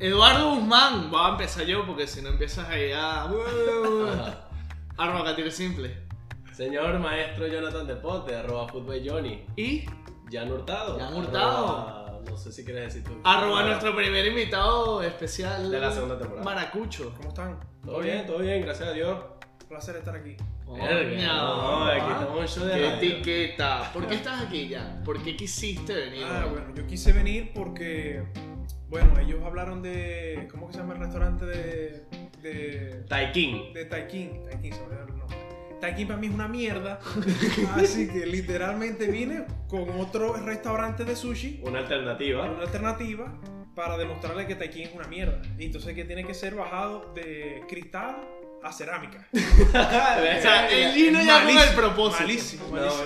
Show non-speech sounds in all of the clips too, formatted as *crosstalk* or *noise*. Eduardo Guzmán, voy a empezar yo porque si no empiezas ahí a. Arma que tiro simple. Señor maestro Jonathan de Pote, arroba fútbol Johnny. Y Jan Hurtado. Jan Hurtado. Arroba- no sé si quieres decir tú. arroba nuestro primer invitado especial. De la segunda temporada. Maracucho. ¿Cómo están? Todo bien, todo bien, gracias a Dios. Un placer estar aquí. Oh, Verga, Coño. no, aquí estamos en show de Qué radio. etiqueta. ¿Por qué estás aquí ya? ¿Por qué quisiste venir? Ah, bueno, yo quise venir porque, bueno, ellos hablaron de, ¿cómo que se llama el restaurante de, de, Taikin. de Taikin? Taikin, se me olvidó el nombre. Taikin para mí es *laughs* una mierda, así que literalmente vine con otro restaurante de sushi, Una con alternativa. *laughs* una alternativa, para demostrarle que Taikin es una mierda. Y entonces que tiene que ser bajado de cristal *laughs* a cerámica. O sea, Verga. el Gino ya con el Malísimo, propósito. Malísimo, *laughs* No, malísimo.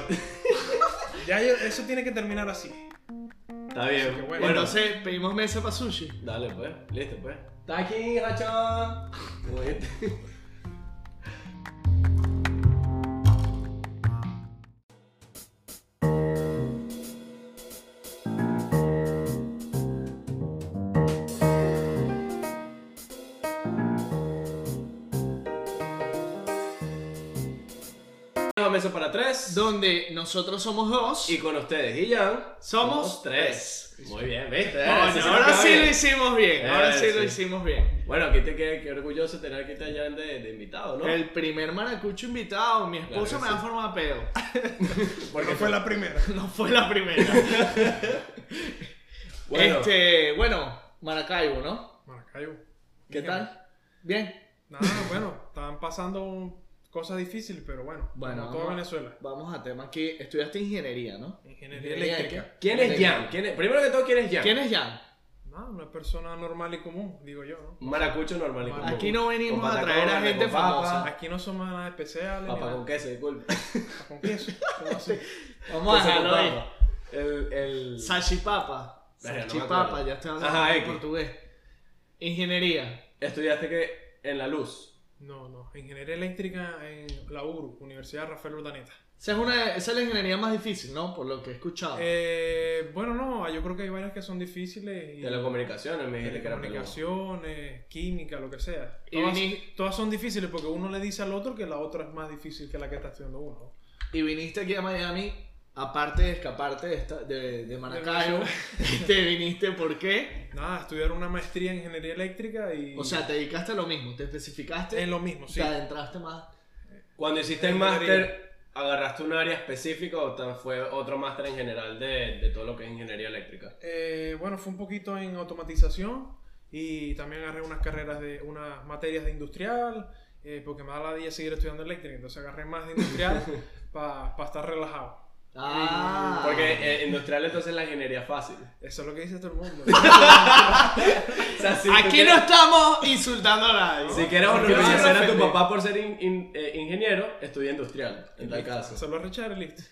Ya yo- eso tiene que terminar así. está Así que bien. bueno. Bueno, Entonces pedimos mesa para sushi. dale pues, listo pues. Taikin, Hachón. Como este. Una Mesa para tres. Donde nosotros somos dos. Y con ustedes, y Jan, Somos tres. Muy bien, ¿viste? Coño, Eso eh, sí ahora nos sí cabe. lo hicimos bien. Eh, ahora sí, lo sí. hicimos bien. Bueno, aquí te qué, qué orgulloso tener aquí a Jan de, de invitado, ¿no? El primer maracucho invitado. Mi esposo Claro que me da forma de *laughs* pedo. Porque fue la primera. No fue la primera. Bueno. Este, bueno, Maracaibo, ¿no? Maracaibo. ¿Qué Dígame. tal? Bien. Nada, bueno, estaban pasando cosas difíciles, pero bueno. Bueno, como toda vamos. Venezuela. Vamos a tema aquí. Estudiaste ingeniería, ¿no? Ingeniería de eléctrica. qué? ¿Quién es Eléctrica. Jan? ¿Quién es- Primero que todo, ¿quién es Jan? ¿Quién es Jan? No, una persona normal y común, digo yo, ¿no? Un maracucho normal y Aquí común. no venimos Con a traer a patacones, gente con papa. famosa. Aquí no somos nada especiales. ni Papa nada. con queso, disculpa. Con queso. *laughs* ¿Cómo así? Vamos a Queso con dejarlo ahí. papa. El... el... Sachipapa. Verga, no me Sachipapa, acuerdo. ya estoy Ajá, hablando en X. portugués. Ingeniería. Estudiaste que en la luz. No, no. Ingeniería eléctrica en la URU, Universidad Rafael Urdaneta. Esa es, una, esa es la ingeniería más difícil, ¿no? Por lo que he escuchado. Eh, bueno, no, yo creo que hay varias que son difíciles. Y Telecomunicaciones, me dijiste que era peludo. Telecomunicaciones, química, lo que sea. Y Todas, vini- todas son difíciles porque uno le dice al otro que la otra es más difícil que la que está estudiando uno. y viniste aquí a Miami, aparte de escaparte de, esta- de, de Maracaibo, *laughs* te viniste por qué? Nada, estudiar una maestría en ingeniería eléctrica y. O sea, te dedicaste a lo mismo, te especificaste, es lo mismo, sí. te adentraste más. Cuando hiciste el Ingeniería. máster, ¿agarraste un área específica o ta- fue otro máster en general de, de todo lo que es ingeniería eléctrica? Eh, bueno, fue un poquito en automatización y también agarré unas carreras de. unas materias de industrial, eh, porque me da la día seguir estudiando eléctrica, entonces agarré más *laughs* de industrial para estar relajado. Ah, Porque eh, industrial entonces es la ingeniería fácil. Eso es lo que dice todo *laughs* el mundo. O sea, si tú aquí quieres- no estamos insultando a nadie. Si quieres No, no, no, homenajear no, a tu ofendí. papá por ser in- in- eh, ingeniero, estudia industrial, en tal caso. *laughs* Se lo *laughs* rechazaré, listo.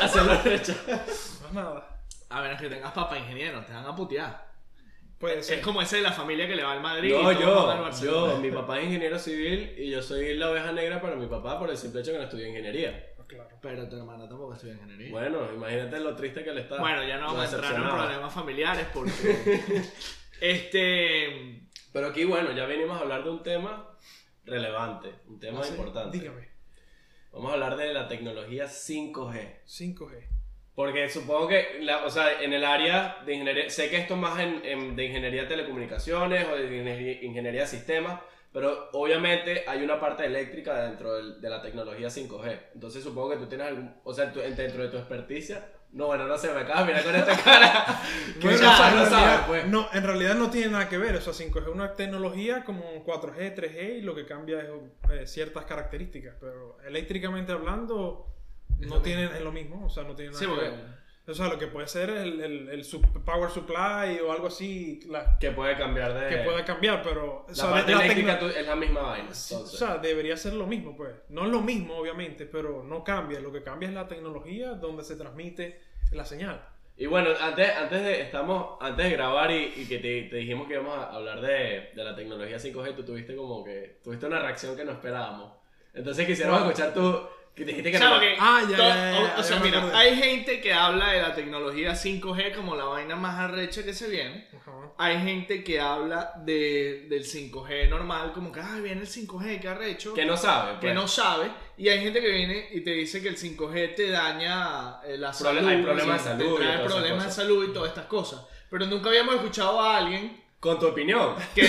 Hacerlo rechazar. Más nada. A menos que tengas papá ingeniero, te van a putear. Puede ser. Es como ese de la familia que le va al Madrid. No, y todos van al yo, Barcelona. yo, mi papá es ingeniero civil y yo soy la oveja negra para mi papá por el simple hecho que no estudié ingeniería. Claro. Pero tu hermana tampoco estudia ingeniería. Bueno, Bueno, imagínate lo triste que le está. ya no Lo vamos a entrar en decepcionaba. problemas familiares porque. este. Pero aquí, bueno, ya venimos a hablar de un tema relevante, un tema Ah, sí, importante. Dígame, Vamos a hablar de la tecnología 5G. 5G. Porque supongo que, la- o sea, en el área de ingeniería, sé que esto más en, en- de ingeniería de telecomunicaciones o de ingeniería, ingeniería de sistemas, pero obviamente hay una parte eléctrica dentro del- de la tecnología 5G. Entonces supongo que tú tienes algún, o sea, tú- dentro de tu experticia, no, bueno, no sé, me acabas de mirar con esta cara. que Bueno, ya o sea, en no realidad- sabes, pues. no, en realidad no tiene nada que ver. O sea, 5G es una tecnología como 4G, 3G y lo que cambia es eh, ciertas características. Pero eléctricamente hablando, no tienen, es lo mismo. O sea, no tiene nada Sí, que porque- ver. O sea, lo que puede ser es el, el- el sup- power supply o algo así la- Que puede cambiar de... que pueda cambiar, pero. o Eh, la sea, de- parte la eléctrica tecno- tú- es la misma vaina. Sí, O entonces. sea, debería ser lo mismo, pues. No es lo mismo, obviamente, pero no cambia. Lo que cambia es la tecnología donde se transmite la señal. Y bueno, antes, antes, de, estamos, antes de grabar y, y que te, te dijimos que íbamos a hablar de, de la tecnología 5G, tú tuviste como que, tuviste una reacción que no esperábamos. Entonces quisiéramos escuchar tú, Que dijiste que O sea, no- porque Ah, ya, to- ya, ya, o- ya, o sea, ya me mira, acordé. hay gente que habla de la tecnología 5G como la vaina más arrecha que se viene. Ajá. Hay gente que habla de, del 5G normal, como que, ay, viene el 5G, qué arrecho. Que no sabe. que pues. no sabe. Y hay gente que viene y te dice que el 5G te daña eh, la Proble- salud. hay problemas y de salud y Te trae todas esas problemas de cosas. salud y todas estas cosas. Pero nunca habíamos escuchado a alguien Con tu opinión. *laughs* que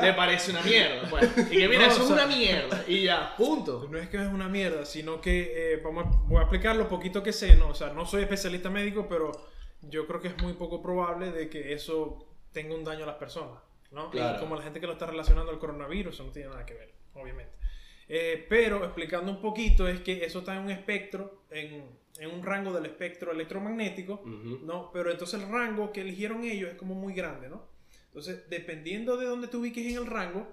le parece una mierda. pues. Y que mira, No, eso o es sea- una mierda. Y ya, punto. No es que es una mierda, sino que eh, vamos a- voy a explicar lo poquito que sé, ¿no? O sea, no soy especialista médico, pero yo creo que es muy poco probable de que eso tenga un daño a las personas, ¿no? Claro. Y como la gente que lo está relacionando al coronavirus, eso no tiene nada que ver, obviamente. Eh, pero explicando un poquito, es que eso está en un espectro, en, en un rango del espectro electromagnético, Ujú. ¿no? Pero entonces el rango que eligieron ellos es como muy grande, ¿no? Entonces, dependiendo de dónde te ubiques en el rango,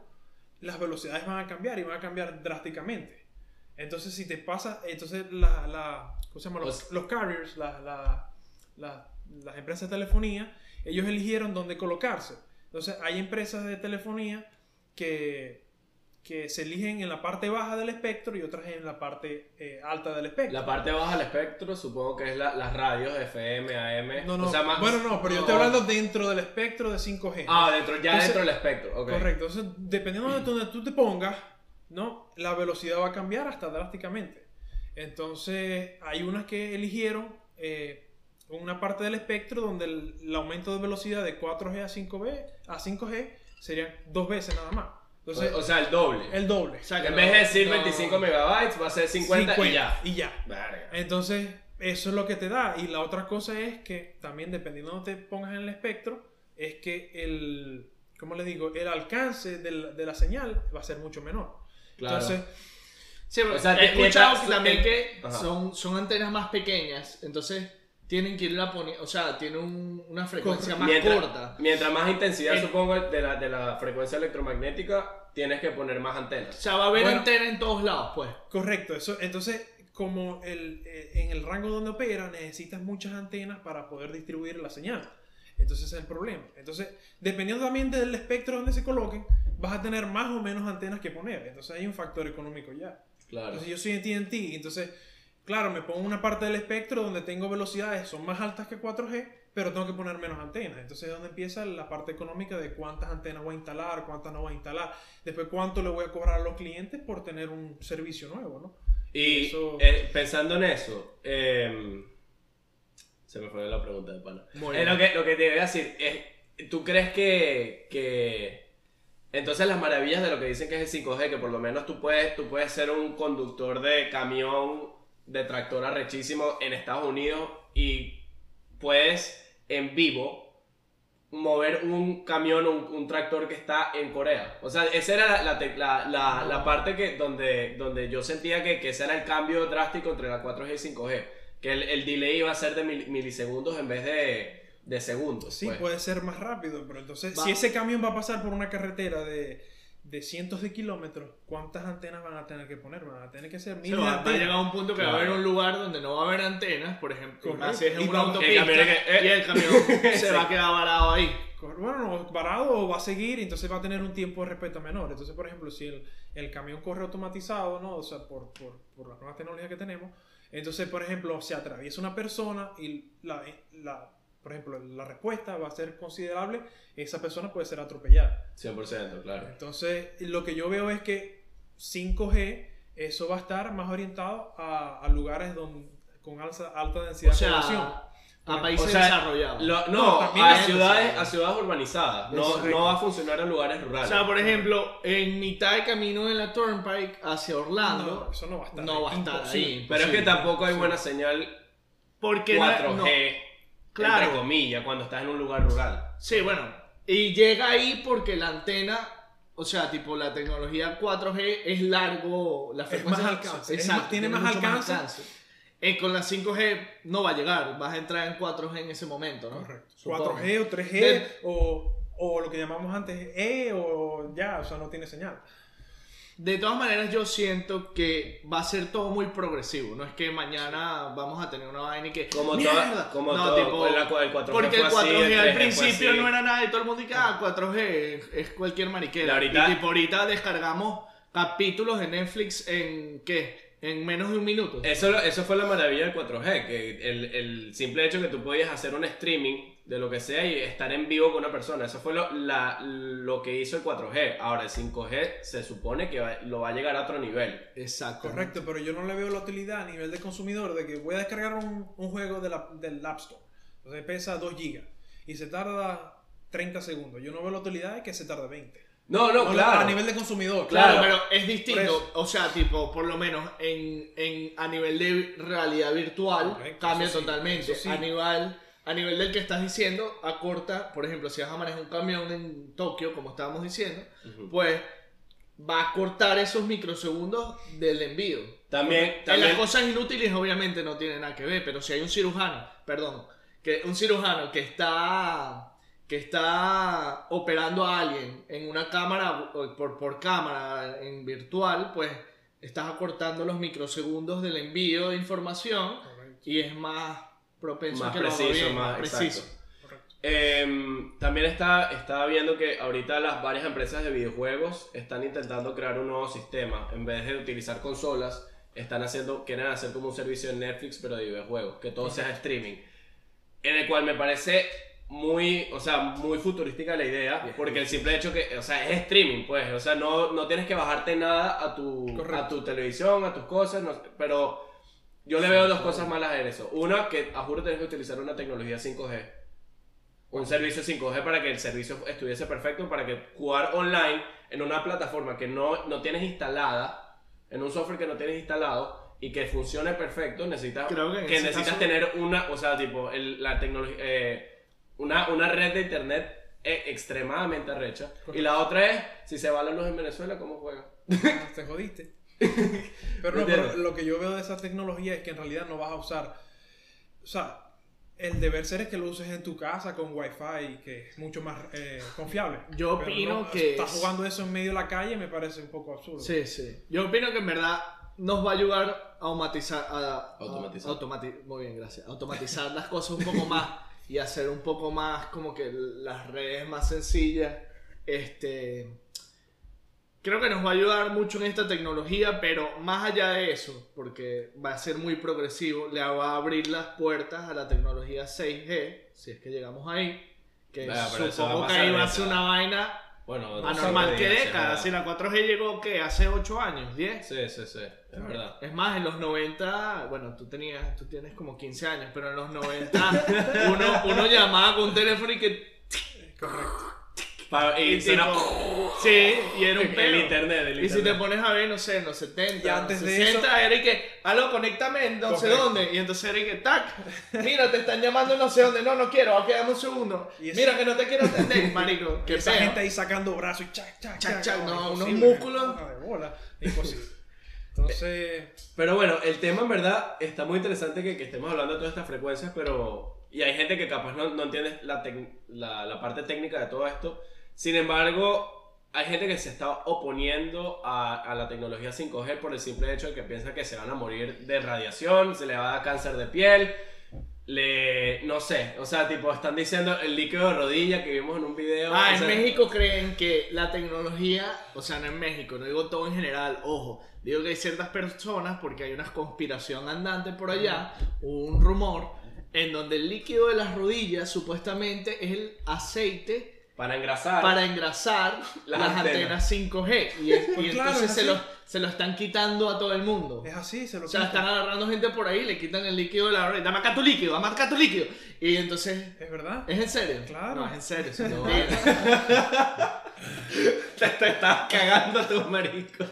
las velocidades van a cambiar y van a cambiar drásticamente. Entonces, si te pasa, entonces la, la- ¿cómo se llama? Los, Los- los carriers, la- la- la- las empresas de telefonía, ellos eligieron dónde colocarse. Entonces, hay empresas de telefonía que, que se eligen en la parte baja del espectro y otras en la parte eh, alta del espectro. La parte baja del espectro supongo que es la- las radios FM, AM. No, no, o sea, más- bueno, no, pero no. yo estoy hablando dentro del espectro de 5G. Ah, dentro, ya Entonces- dentro del espectro. ok. Correcto. Entonces, dependiendo de donde tú te pongas, ¿no? La velocidad va a cambiar hasta drásticamente. Entonces, hay unas que eligieron eh, una parte del espectro donde el, el aumento de velocidad de 4G a 5B, a 5G serían dos veces nada más. Entonces, o, o sea, el doble. el doble. sea, que en vez de decir no- 25 megabytes, va a ser 50, y ya. Y ya. Verga. Entonces, eso es lo que te da. Y la otra cosa es que también, dependiendo de donde te pongas en el espectro, es que el, ¿cómo le digo? El alcance del- de la señal va a ser mucho menor. Claro. Entonces, Sí, pero O sea, he que- escuchado que- que también que- que Ajá. son, son antenas más pequeñas, entonces tienen que irla poniendo, o sea, tiene un- una frecuencia más mientras, corta. mientras más intensidad, Eh. supongo, de la, de la frecuencia electromagnética, tienes que poner más O antenas. sea, va a haber Bueno. antenas en todos lados, pues. correcto. Eso, entonces, como el, eh, en el rango donde opera, necesitas muchas antenas para poder distribuir la señal. Entonces, ese es el problema. Entonces, dependiendo también del espectro donde se coloquen, vas a tener más o menos antenas que poner. Entonces, hay un factor económico ya. Claro. Entonces yo soy en TNT, entonces, claro, me pongo una parte del espectro donde tengo velocidades, son más altas que 4G, pero tengo que poner menos antenas. Entonces es donde empieza la parte económica de cuántas antenas voy a instalar, cuántas no voy a instalar, después cuánto le voy a cobrar a los clientes por tener un servicio nuevo, ¿no? Y Eso- eh, pensando en eso, eh, se me fue la pregunta de pana. Muy Eh, bien. lo, que, lo que te voy a decir es, ¿tú crees que, que entonces las maravillas de lo que dicen que es el 5G, que por lo menos tú puedes, tú puedes ser un conductor de camión, de tractor arrechísimo en Estados Unidos y puedes en vivo mover un camión o un, un tractor que está en Corea. O sea, esa era la, la te- la- la- la parte que, donde, donde yo sentía que, que ese era el cambio drástico entre la 4G y 5G. Que el, el delay iba a ser de mil- milisegundos en vez de, de segundos. Sí, pues. puede ser más rápido, pero entonces, Va. si ese camión va a pasar por una carretera de, de cientos de kilómetros, ¿cuántas antenas van a tener que poner? Van a tener que ser Sí, miles de va, va a antenas. llegar a un punto que va a Claro. haber un lugar donde no va a haber antenas, por ejemplo, y más si es Y en una vamos- autopista, El camión es que- eh. y el camión se va a quedar varado ahí. Cor- Bueno, varado o va a seguir, entonces va a tener un tiempo de respuesta menor. Entonces, por ejemplo, si el, el camión corre automatizado, ¿no? O sea, por, por, por las nuevas tecnologías que tenemos, entonces, por ejemplo, se atraviesa una persona y la, la- por ejemplo, la respuesta va a ser considerable, esa persona puede ser atropellada. 100%, claro. Entonces, lo que yo veo es que 5G, eso va a estar más orientado a, a lugares donde, con alza- alta densidad O sea, de población. a países O sea, desarrollados. Lo- no, No, también a, es- ciudades, a ciudades urbanizadas. No, Exacto. no va a funcionar en lugares o rurales. sea, por ejemplo, en mitad de camino de la Turnpike hacia Orlando, No, eso no va a estar. ah, no va a estar imposible. ahí. Pero es que imposible. tampoco hay buena señal Porque no- 4G, no. entre Claro. comillas, cuando estás en un lugar rural. Sí, bueno. Y llega ahí porque la antena, o sea, tipo la tecnología 4G es largo, la frecuencia más alcance, es exacto, más- tiene más mucho alcance. Eh, con la 5G no va a llegar, vas a entrar en 4G en ese momento, ¿no? Correcto. Supongo. 4G o 3G De- o, o lo que llamamos antes E o ya, o sea, no tiene señal. De todas maneras, yo siento que va a ser todo muy progresivo. No es que mañana vamos a tener una vaina y que. Como ¡Mierda! toda- como no, todo, tipo, el acu- el 4G Porque el fue así, 4G el al 3G fue principio así. no era nada y todo el mundo dice, ah, 4G es, es cualquier mariquera. Y ahorita- Y tipo, ahorita descargamos capítulos de Netflix en. ¿Qué? en menos de un minuto. Eso, lo- eso fue la maravilla del 4G, que el, el simple hecho que tú podías hacer un streaming de lo que sea y estar en vivo con una persona, eso fue lo, la- lo que hizo el 4G. Ahora el 5G se supone que va- lo va a llegar a otro nivel. Exacto. Correcto, pero yo no le veo la utilidad a nivel de consumidor de que voy a descargar un, un juego de la- del App Store. Entonces pesa 2 GB y se tarda 30 segundos. Yo no veo la utilidad de que se tarda 20. No, no, No, claro. A nivel de consumidor. Claro, Claro. pero es Por distinto. eso. O sea, tipo, por lo menos en, en- a nivel de realidad virtual Correcto, cambia eso sí, totalmente. eso sí. A nivel a nivel del que estás diciendo, acorta, por ejemplo, si vas a manejar un camión en Tokio, como estábamos diciendo, Ujú. pues va a cortar esos microsegundos del envío. También, En también. las cosas inútiles obviamente no tiene nada que ver, pero si hay un cirujano, perdón, que un cirujano que está que está operando a alguien en una cámara o por, por cámara en virtual, pues estás acortando los microsegundos del envío de información Correcto, y es más propenso a Más que lo haga preciso, bien, más preciso. exacto. correcto. Em, también está, estaba viendo que ahorita las varias empresas de videojuegos están intentando crear un nuevo sistema. En vez de utilizar consolas, están haciendo, quieren hacer como un servicio en Netflix, pero de videojuegos, que todo sea streaming. En el cual me parece muy, o sea, muy futurística la idea, porque el simple hecho que, o sea, es streaming, pues, o sea, no, no tienes que bajarte nada a tu, a Correcto. tu televisión, a tus cosas, no- pero yo le veo dos cosas malas en eso. Una, que a juro tenés que utilizar una tecnología 5G. Un servicio 5G para que el servicio estuviese perfecto, para que jugar online en una plataforma que no, no tienes instalada, en un software que no tienes instalado y que funcione perfecto, necesitas Creo que que, en ese necesitas caso- tener una, o sea, tipo, el- la tecnología, eh, una, una red de internet eh, extremadamente arrecha. Y la otra es, si se va la luz en Venezuela, ¿cómo juega? Ah, Te jodiste. Pero, no, Entiendo. pero lo que yo veo de esa tecnología es que en realidad no vas a usar. O sea, el deber ser es que lo uses en tu casa con wifi, que es mucho más eh, confiable. Yo Pero opino no, que Estás es- jugando eso en medio de la calle me parece un poco absurdo. Sí, sí. Yo opino que en verdad nos va a ayudar a automatizar. A, Automatizar. a automati- muy bien, gracias. Automatizar las cosas un poco más y hacer un poco más como que las redes más sencillas. Este. Creo que nos va a ayudar mucho en esta tecnología, pero más allá de eso, porque va a ser muy progresivo, le va a abrir las puertas a la tecnología 6G, si es que llegamos ahí, que Vaya, pero eso va a supongo que pasar ahí va a décadas. ser una vaina Bueno, Ah, Anormal, ¿qué década? Si Sí, la 4G llegó, ¿qué? ¿Hace 8 años? ¿10? sí, sí, sí, es verdad. Es más, en los 90, bueno, tú tenías, tú tienes como 15 años, pero en los *laughs* 90 uno, uno llamaba con un teléfono y que... Pa- y y si tipo, no, *laughs* sí, y era un el pelo. internet, el Y si te internet. pones a ver, no sé, en los 70, Y antes de 60, era y que, aló, conéctame en no sé Correcto. dónde. Y entonces era y que, tac, mira, te están llamando en no sé dónde. No, no quiero, ok, dame un segundo. Y esa- Mira, que no te quiero atender, *laughs* marico. Qué esa peo. gente ahí sacando brazos y chac, chac, Chac, chac. chac, no, unos imposible, músculos. una de bola, imposible. Entonces, Pero bueno, el tema en verdad está muy interesante que, que estemos hablando de todas estas frecuencias, pero... Y hay gente que capaz no, no entiende la, tec- la, la parte técnica de todo esto. Sin embargo, hay gente que se está oponiendo a, a la tecnología 5G por el simple hecho de que piensa que se van a morir de radiación, se le va a dar cáncer de piel, le... no sé, o sea, tipo, están diciendo el líquido de rodilla que vimos en un video. Ah, o en sea, México creen que la tecnología, o sea, no en México, no digo todo en general, ojo, digo que hay ciertas personas, porque hay una conspiración andante por allá, un rumor, en donde el líquido de las rodillas supuestamente es el aceite Para engrasar. para engrasar Las las, antenas. antenas. 5G. Y, es- y Pues *laughs* claro, entonces es se así. lo, se lo están quitando a todo el mundo. es así, se lo O sea, quitan. están agarrando gente por ahí, le quitan el líquido de la rodilla, dame acá tu líquido, dame acá tu líquido. Y entonces... Es verdad. ¿Es en serio? Claro. No, es en serio. eso es *laughs* No. mentira. Te, te estás cagando tu marico.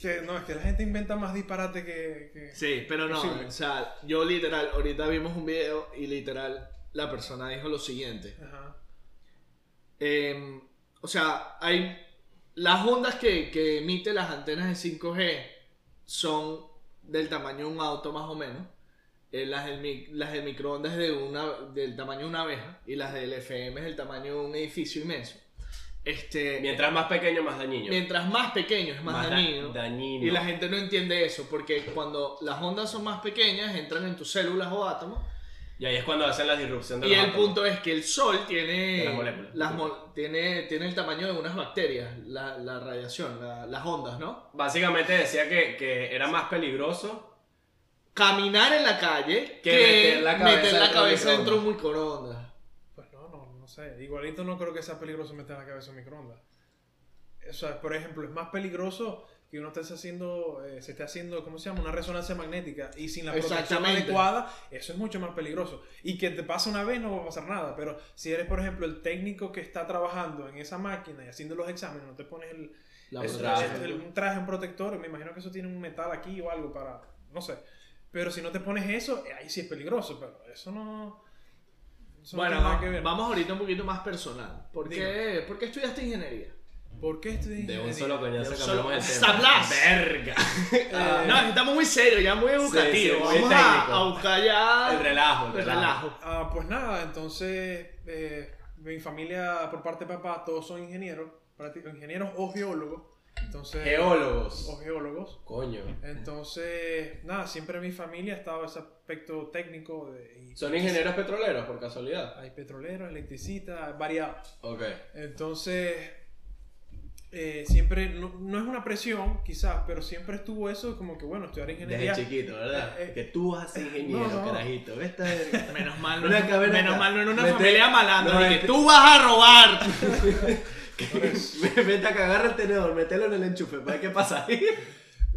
Que, no, es que la gente inventa más disparate que. que- Sí, pero no, Posible. o sea, yo literal, ahorita vimos un video y literal la persona dijo lo siguiente. Ajá. Em, o sea, hay las ondas que, que emiten las antenas de 5G son del tamaño de un auto más o menos. Eh, las, del, mi- las del microondas de una, del tamaño de una abeja y las del FM es del tamaño de un edificio inmenso. Este, Mientras más pequeño, más dañino. mientras más pequeño es más, Más da- dañino. dañino. Y la gente no entiende eso, porque cuando las ondas son más pequeñas, entran en tus células o átomos Y ahí es cuando hacen la disrupción de Y los el átomos. punto es que el sol De tiene, las moléculas. las mo- tiene, tiene el tamaño de unas bacterias, la, la radiación, la- las ondas, ¿no? Básicamente decía que, que era más peligroso. Caminar en la calle Que que, meter meter la la cabeza cabeza, dentro del dentro de un microondas. Pues no, no, no sé. Igualito no creo que sea peligroso meter la cabeza en microondas. O sea, por ejemplo, es más peligroso que uno esté haciendo, eh, se esté haciendo, ¿cómo se llama? Una resonancia magnética y sin la protección Exactamente. adecuada, eso es mucho más peligroso. Y que te pasa una vez no va a pasar nada, pero si eres, por ejemplo, el técnico que está trabajando en esa máquina y haciendo los exámenes, no te pones el, La Eso eso, protección. eso, el- un traje, un protector, me imagino que eso tiene un metal aquí o algo para, no sé. Pero si no te pones eso, eh, ahí sí es peligroso, pero eso no... eso no Bueno, tiene nada que ver. vamos ahorita un poquito más personal. ¿Por qué, ¿por qué estudiaste ingeniería? ¿Por qué estoy Eh, De un solo coñazo De un cambiamos el solo- tema. ¡Sablas! ¡Verga! Ah, no, estamos muy serios, ya muy educativos. sí, Vamos muy técnico. a, a buscar ya El relajo, el Ah, el relajo. relajo. Ah, pues nada, entonces eh, mi familia por parte de papá todos son ingenieros, prácti- ingenieros o geólogos. Entonces, o Oh. Geólogos. geólogos. Coño. Entonces, nada, siempre en mi familia ha estado ese aspecto técnico de y- ¿Son ingenieros petroleros por casualidad? hay petroleros, electricistas, variados. Ok. Entonces, eh, siempre no, no es una presión, quizás, pero siempre estuvo eso como que bueno, estudiar ingeniería Desde chiquito, ¿verdad? Eh, eh. que tú vas a ser ingeniero, No, no. carajito. *laughs* Esta verga. Menos mal no, Ven es- acá, ven menos acá. mal no era una Vete- familia malandra. no, de que vete- tú vas a robar. *laughs* *laughs* Vete a cagar el tenedor, mételo en el enchufe, para ver qué pasa ahí. *laughs*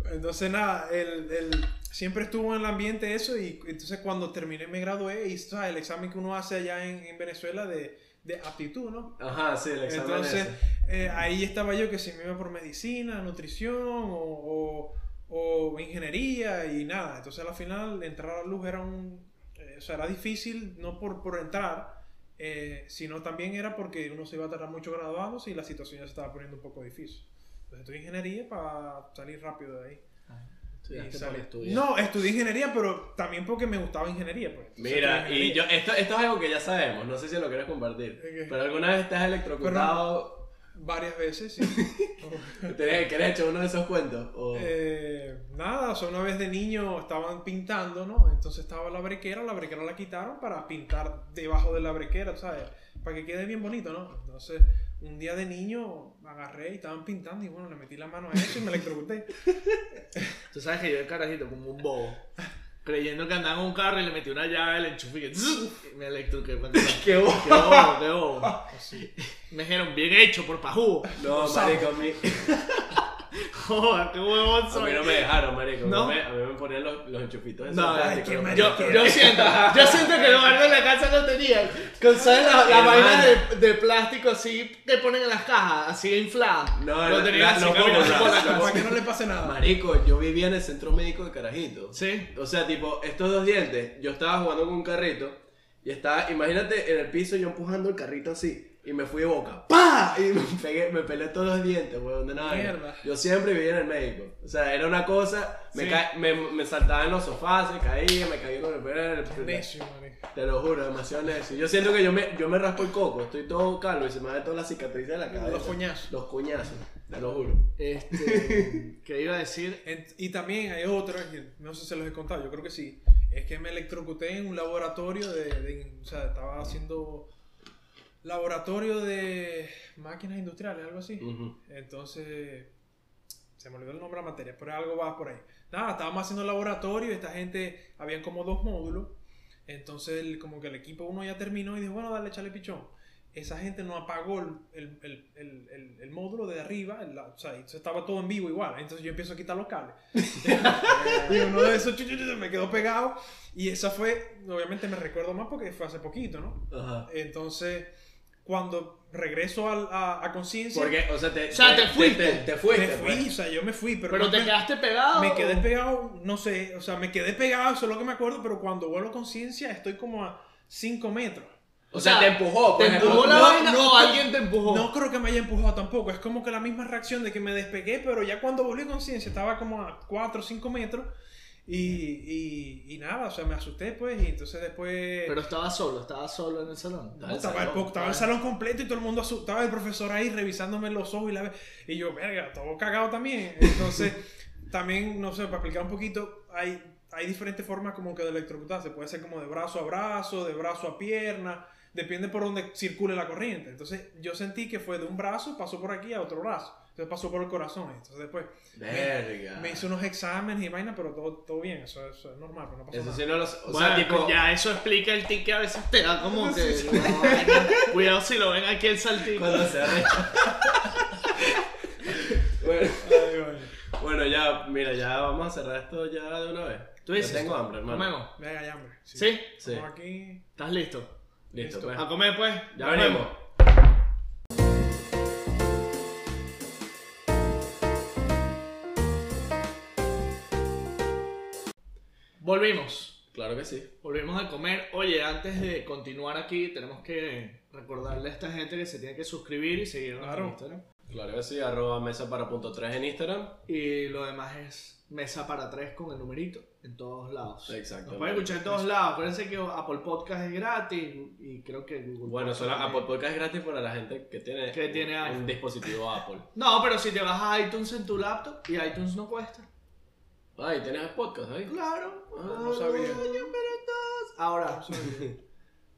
Entonces, nada, el, el- siempre estuvo en el ambiente eso y entonces cuando terminé me gradué y ¿sabes? el examen que uno hace allá en, en Venezuela de, de aptitud, ¿no? Ajá, sí, el examen Entonces, ese. eh, ahí estaba yo que si me iba por medicina, nutrición o, o- o ingeniería y nada. Entonces, al final, entrar a la luz era un... eh, o sea, era difícil, no por, por entrar, eh, sino también era porque uno se iba a tardar mucho graduándose y la situación ya se estaba poniendo un poco difícil. Entonces, estudié ingeniería para salir rápido de ahí. Estudiaste Y por sale. estudiar. No, estudié ingeniería, pero también porque me gustaba ingeniería. Pues. Entonces, Mira, estudié y yo, ingeniería. esto, esto es algo que ya sabemos, no sé si lo quieres compartir. Ok. Pero alguna vez te has electrocutado, Eh, Varias veces, sí. ¿Te- ¿quieres echar uno de esos cuentos? O- Eh, nada, o sea, una vez de niño estaban pintando, ¿no? Entonces estaba la brequera, la brequera la quitaron para pintar debajo de la brequera, ¿sabes? Para que quede bien bonito, ¿no? Entonces, un día de niño agarré y estaban pintando y bueno, le metí la mano a eso y me *laughs* electrocuté. Tú sabes que yo de carajito como un bobo. Creyendo que andaba en un carro y le metí una llave, le enchufé y que ¡zzz! y me electroqué. pues, *laughs* ¡Qué bo- Qué bobo, qué bobo. Así. Me dijeron, bien hecho, por pajú. No, O sea- marico, a mí, *laughs* Joder, qué huevón a mí soy. no me dejaron, marico. No. me- a mí me ponían los, los enchufitos esos No, plásticos, qué los marico. Yo, yo siento, yo siento que los barrios de la casa no tenían. Con ¿sabes? la, la Hermano. vaina de, de plástico así que ponen en las cajas, así infladas. No, lo la- tenían la- así los caminando bubble por la wrap, los casa. para que no le pase *laughs* nada. Marico, yo vivía en el centro médico de Carajito. Sí. O sea, tipo, estos dos dientes, yo estaba jugando con un carrito y estaba, imagínate, en el piso yo empujando el carrito así y me fui de boca. ¡Pah! Y me pegué, me pelé todos los dientes, weón, de nada. Mierda. Yo siempre vivía en el médico. O sea, era una cosa, me, Sí. ca- me, me saltaba en los sofás, se caía, me caía con el pelo en el Necio, marico. Te lo juro, demasiado necio. Yo siento que yo me, yo me raspo el coco, estoy todo calvo y se me van todas las cicatrices de la cabeza. Los coñazos. Los coñazos, te lo juro. *laughs* Este, ¿Qué iba a decir? Ent- Y también hay otra, que no sé si se los he contado, yo creo que sí. Es que me electrocuté en un laboratorio de. de- o sea, estaba haciendo. Laboratorio de máquinas industriales, algo así. Ujú. Entonces. Se me olvidó el nombre de la materia, pero algo va por ahí. Nada, estábamos haciendo laboratorio y esta gente. Habían como dos módulos. Entonces, el- como que el equipo uno ya terminó y dijo, bueno, dale, échale pichón. Esa gente no apagó el, el- el- el- el- el módulo de arriba, el- o sea, eso estaba todo en vivo igual. Entonces yo empiezo a quitar los cables. y uno de esos chu, chu, chu, me quedó pegado. Y esa fue, obviamente me recuerdo más porque fue hace poquito, ¿no? Ajá. Entonces, cuando regreso al- a, a conciencia, me Porque, o sea, te, O sea, te fuiste. Te, te fuiste, fui, pues. o sea, yo me fui, pero, ¿Pero no te me- quedaste pegado? me quedé o- pegado, no sé, o sea, me quedé pegado, eso es lo que me acuerdo, pero cuando vuelo conciencia estoy como a 5 metros. O sea, te empujó. ¿Te pues, empujó la no- vaina no- o alguien te empujó? No creo que me haya empujado tampoco, es como que la misma reacción de que me despegué, pero ya cuando volví a conciencia estaba como a 4 o 5 metros y, y- y nada, o sea, me asusté pues y entonces después... Pero estaba solo, estaba solo en el salón. No, estaba, el, salón, po- estaba el salón completo y todo el mundo asustado, el profesor ahí revisándome los ojos y la y yo, verga, todo cagado también. Entonces, también, no sé, para explicar un poquito, hay hay diferentes formas como que de electrocutarse. Puede ser como de brazo a brazo, de brazo a pierna. Depende por donde circule la corriente. Entonces yo sentí que fue de un brazo, pasó por aquí a otro brazo. Entonces pasó por el corazón. Entonces después Verga. me hizo unos exámenes y vaina, pero todo, todo bien. Eso, eso es normal, pero no pasó Eso nada. sí no lo sé. O Bueno, sea, tipo. ya eso explica el tic que a veces te da como que. Sí, sí. no, cuidado si lo ven aquí el saltico. Cuando se arrecha. bueno, *laughs* Ay, vale. bueno, ya, mira, ya vamos a cerrar esto ya de una vez. ¿Tú dices? Ya tengo hambre, hermano. ¿Comemos? Venga, ya, hombre. ¿Sí? Sí. Vamos aquí. ¿Estás listo? Listo, Listo. pues. A comer, pues. Ya Nos venimos. vemos. Volvimos. Claro que sí. Volvemos a comer. Oye, antes de continuar aquí, tenemos que recordarle a esta gente que se tiene que suscribir y seguirnos en Claro. Instagram. Claro que sí. Arroba mesa para punto 3 en Instagram. Y lo demás es mesa para tres con el numerito en todos lados. Exacto. Nos pueden escuchar en todos lados. Acuérdense que Apple Podcast es gratis y creo que Google Bueno, Podcast solo Apple también. Podcast es gratis para la gente que tiene, Que tiene un, iPhone. dispositivo Apple. No, pero si te vas a iTunes en tu laptop y iTunes no cuesta. Ah, y tienes podcast ahí. Claro. Ah, no sabía. Ay, pero entonces- Ahora,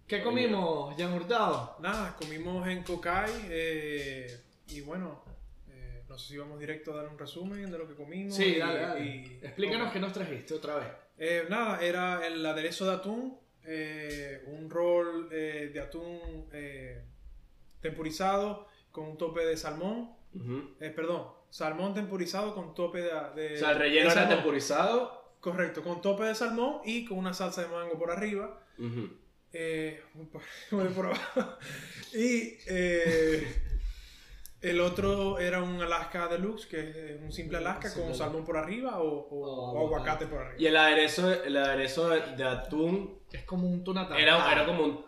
¿qué comimos, Jan Hurtado? Nada, comimos en Cocay eh, y bueno, eh, no sé si vamos directo a dar un resumen de lo que comimos. Sí, y- dale, dale. y- Explícanos Ok. qué nos trajiste otra vez. Eh, nada, era el aderezo de atún, eh, un rol eh, de atún eh, tempurizado con un tope de salmón, Ujú. eh, perdón, salmón tempurizado con tope de... Eh, de O sea, el relleno de era salmón. temporizado. Correcto, con tope de salmón y con una salsa de mango por arriba. Ujú. Eh, *laughs* voy por abajo. Y eh, el otro era un Alaska Deluxe, que es eh, un simple Alaska Simple con Alaska. salmón por arriba o, o- O o aguacate por Y arriba. el aderezo, el aderezo de, de atún Es como un Ah, tuna era, tartar. era como un.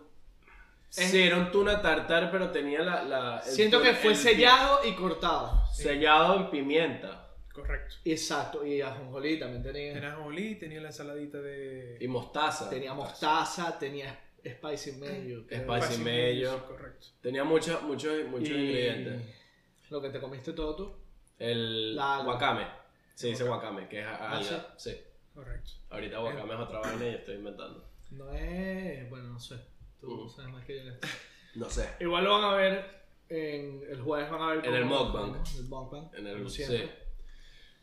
Sí, era un tuna tartar, pero tenía la. la- el Siento que tuna- fue el- sellado y cortado. Sellado en pimienta Correcto. Exacto, y ajonjolí también tenía. Tenía ajonjolí, tenía la ensaladita de... y mostaza. Tenía mostaza, tenía spicy mayo. creo. Spicy Spicy mayo. mayo, Correcto. Tenía muchos, muchos, muchos Y ingredientes. Lo que te comiste todo tú. El La alga. guacame. Se dice guacame, que es a- Ah, alga. Sí. Correcto. Ahorita guacame es otra vaina y estoy inventando. No es. Bueno, no sé. Tú Mm. sabes más que yo. en esto. No sé. Igual lo van a ver. En, el jueves van a ver. En cómo el lo mukbang. comemos, El mukbang. En el como sí. siempre.